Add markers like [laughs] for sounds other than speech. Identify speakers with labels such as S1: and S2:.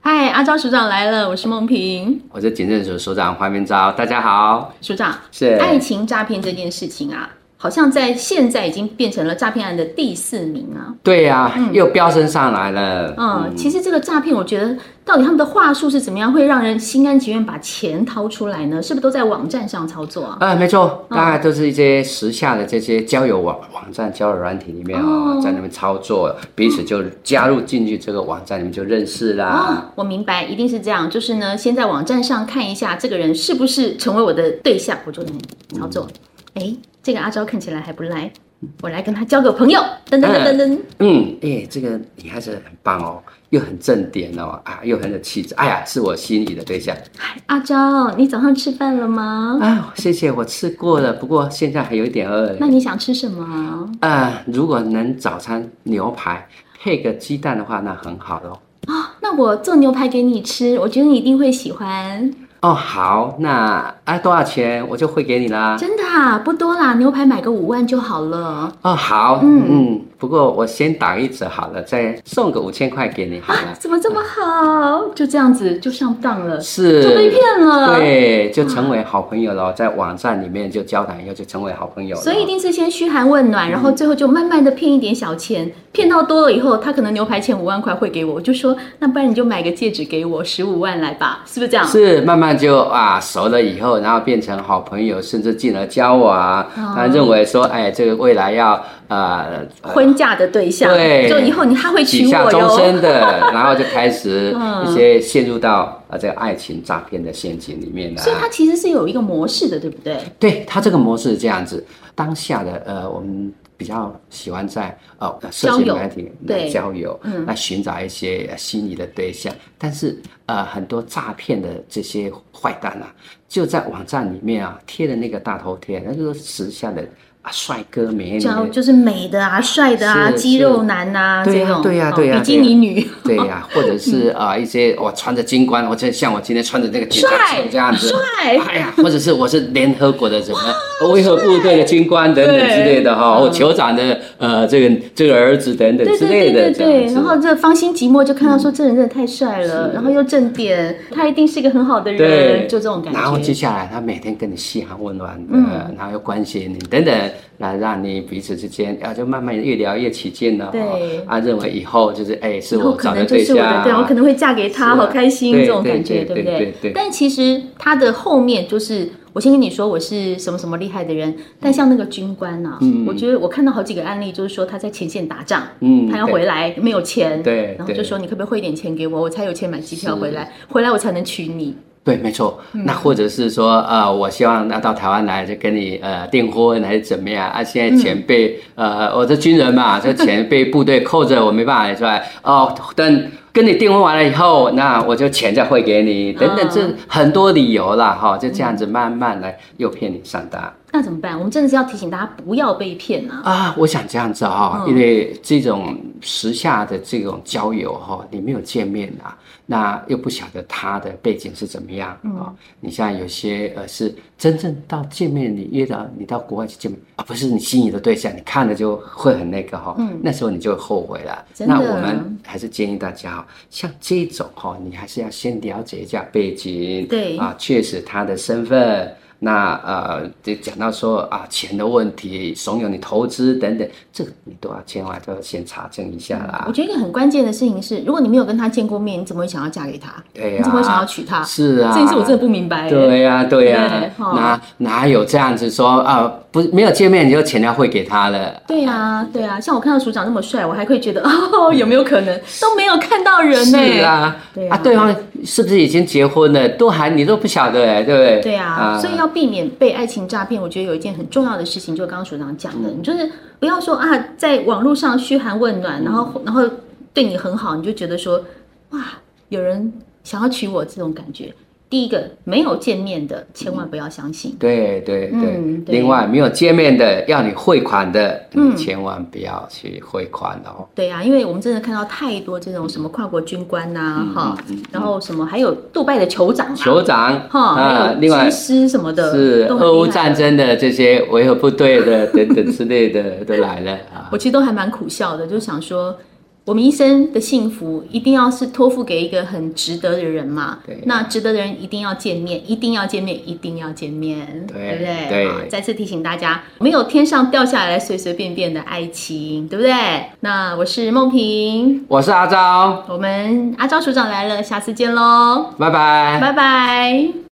S1: 嗨，阿昭署长来了，我是梦萍
S2: 我是警政署署长黄明昭，大家好。
S1: 署长。
S2: 是
S1: 爱情诈骗这件事情啊，好像在现在已经变成了诈骗案的第四名啊。
S2: 对呀、又飙升上来了。
S1: 嗯，其实这个诈骗，我觉得到底他们的话术是怎么样，会让人心甘情愿把钱掏出来呢？是不是都在网站上操作啊？
S2: 啊，没错，大概都是一些时下的这些交友网网站、交友软体里面啊、
S1: 哦
S2: 在那边操作，彼此就加入进去这个网站，你们就认识啦。
S1: 哦，我明白，一定是这样。就是呢，先在网站上看一下这个人是不是成为我的对象，我就能操作。哎、这个阿昭看起来还不赖，我来跟他交个朋友。噔噔噔噔噔，
S2: 嗯，哎、这个女孩子很棒哦，又很正点哦，啊，又很有气质，哎呀，是我心仪的对象
S1: 阿昭，你早上吃饭了吗？
S2: 啊。谢谢，我吃过了，不过现在还有一点饿。
S1: 那你想吃什么？
S2: 啊，如果能早餐牛排配个鸡蛋的话，那很好喽。
S1: 啊那我做牛排给你吃，我觉得你一定会喜欢。
S2: 哦，好，那啊多少钱我就汇给你啦。
S1: 真的啊，不多啦，牛排买个五万就好了。
S2: 哦，好，
S1: 嗯
S2: 嗯不过我先打一折好了，再送个五千块给你好了。
S1: 怎么这么好？就这样子就上当了，
S2: 啊
S1: 啊
S2: 是，
S1: 就被骗了。，
S2: 对，就成为好朋友了，在网站里面就交谈以后就成为好朋友了。
S1: 所以一定是先嘘寒问
S2: 嗯
S1: 暖，然后最后就慢慢的骗一点小钱，骗到多了以后，他可能牛排钱五万块会给我，我就说那不然你就买个戒指给我，十五万来吧，是不是这样？
S2: 是慢慢就啊熟了以后，然后变成好朋友，甚至进而交往。
S1: 哦
S2: 他、认为说，哎，这个未来要呃
S1: 婚嫁的对象，
S2: 对
S1: 就以后你他会娶
S2: 许
S1: 我
S2: 下终
S1: 哟。
S2: 身的，
S1: [laughs]
S2: 然后就开始
S1: 嗯
S2: 一些陷入到啊这个爱情诈骗的陷阱里面了。
S1: 所以它其实是有一个模式的，对不对？
S2: 对他这个模式是这样子，当下的呃，我们比较喜欢在呃社
S1: 交
S2: 群
S1: 友
S2: 媒体
S1: 对
S2: 来交友
S1: 嗯，
S2: 来寻找一些呃心仪的对象。但是呃，很多诈骗的这些坏蛋啊，就在网站里面啊贴的那个大头贴，那就是时下的啊帅哥美女
S1: 叫
S2: 的。
S1: 就是美的啊、帅的啊、
S2: 是
S1: 肌肉男啊
S2: 对
S1: 这
S2: 呀
S1: 种，
S2: 对呀
S1: 哦
S2: 对呀
S1: 比基尼女，
S2: 对呀、或者是啊、呃一些我穿着军官，我就像我今天穿着这个警察
S1: 帅
S2: 服这样子，
S1: 帅，
S2: 哎呀，或者是我是联合国的什么维和部队的军官等等之类的哈，
S1: 对
S2: 我酋长的呃这个这个儿子等
S1: [laughs]
S2: 等
S1: 对
S2: 之
S1: 对对
S2: 类的
S1: 对
S2: 这
S1: 对，
S2: 样
S1: 然后
S2: 子。
S1: 这芳心寂寞就看到说这人真的太帅了，
S2: 是
S1: 然后又正点，他一定是一个很好的人，
S2: 对，
S1: 就这种感
S2: 然后接
S1: 觉。
S2: 下来，他每天跟你嘘寒问暖的，
S1: 嗯
S2: 然后又关心你等等，来让你彼此之间啊，就慢慢越聊越起劲了。哦
S1: 对
S2: 啊，认为以后就是哎，是
S1: 然后
S2: 我
S1: 可
S2: 找
S1: 能
S2: 的
S1: 就
S2: 对
S1: 是我的，
S2: 象，啊
S1: 对我可能会嫁给他，
S2: 是啊
S1: 好开心
S2: 对
S1: 这种感觉，
S2: 对
S1: 不
S2: 对
S1: 对
S2: 对对？
S1: 但其实他的后面就是，我先跟你说我是什么什么厉害的
S2: 嗯
S1: 人，但像那个军官啊，我觉得我看到好几个案例，就是说他在前线打仗，
S2: 嗯
S1: 他要
S2: 对
S1: 回来没有钱，
S2: 对
S1: 然后就
S2: 对
S1: 说你可不可以汇点钱给我，我才有钱买机票回来，回来我才能娶你。
S2: 对，没错。那或者是说，呃，我希望那到台湾来就跟你呃订婚还是怎么样啊？现在钱被、呃，我这军人嘛，这钱被部队扣着，我没办法拿出来。哦，等跟你订婚完了以后，那我就钱再汇给你，等等，这很多理由啦，哈、就这样子慢慢来诱骗你上当。
S1: 那怎么办？我们真的是要提醒大家不要被骗啊！
S2: 啊，我想这样子
S1: 嗯
S2: 哈、因为这种时下的这种交友哈、你没有见面啊，那又不晓得他的背景是怎么样啊、
S1: 嗯
S2: 你像有些呃是真正到见面，你约到你到国外去见面啊，不是你心仪的对象，你看了就会很那个哈、那时候你就会后悔了。
S1: 嗯真的
S2: 那我们还是建议大家哈、像这种哈、你还是要先了解一下背景，
S1: 对
S2: 啊，确实他的身份。那呃，就讲到说啊，钱的问题，怂恿你投资等等，这个你都要千万都要先查证一下啦
S1: 我。觉得一个很关键的事情是，如果你没有跟他见过面，你怎么会想要嫁给他？
S2: 对呀、啊
S1: 你怎么会想要娶他？
S2: 是啊，
S1: 这件事我真的不明白、欸。
S2: 对呀、对呀、
S1: 对哈
S2: 哪哪有这样子说啊？不，没有见面你就钱要汇给他了。
S1: 对啊，对啊，像我看到署长那么帅，我还会觉得 [laughs] 哦，有没有可能都没有看到人呢、
S2: 是啊，
S1: 对啊
S2: 啊，对方是不是已经结婚了？都还你都不晓得哎，对不对？
S1: 对啊，所以要避免被爱情诈骗，我觉得有一件很重要的事情，就刚刚署长讲的，你就是不要说啊，在网络上嘘寒问暖，然后然后对你很好，你就觉得说哇，有人想要娶我这种感觉。第一个没有见面的，千万不要相信。
S2: 对对对，
S1: 嗯对嗯
S2: 另外没有见面的，要你汇款的，你千万不要去汇款哦。
S1: 对呀、啊，因为我们真的看到太多这种什么跨国军官呐、哈、然后什么还有杜拜的酋长啊，
S2: 酋长
S1: 哈，还有
S2: 另外
S1: 机师什么的，
S2: 是
S1: 都很厉害
S2: 俄乌战。争的这些维和部队的等等之类的都来了啊。
S1: 我其实都还蛮苦笑的，就想说，我们一生的幸福一定要是托付给一个很值得的人嘛。
S2: 对
S1: 那值得的人一定要见面，一定要见面，一定要见面，
S2: 对
S1: 不对？
S2: 对
S1: 好再次提醒大家，没有天上掉下来随随便便的爱情，对不对？那我是梦萍，
S2: 我是阿昭，
S1: 我们阿昭署长来了，下次见喽，
S2: 拜拜
S1: 拜拜。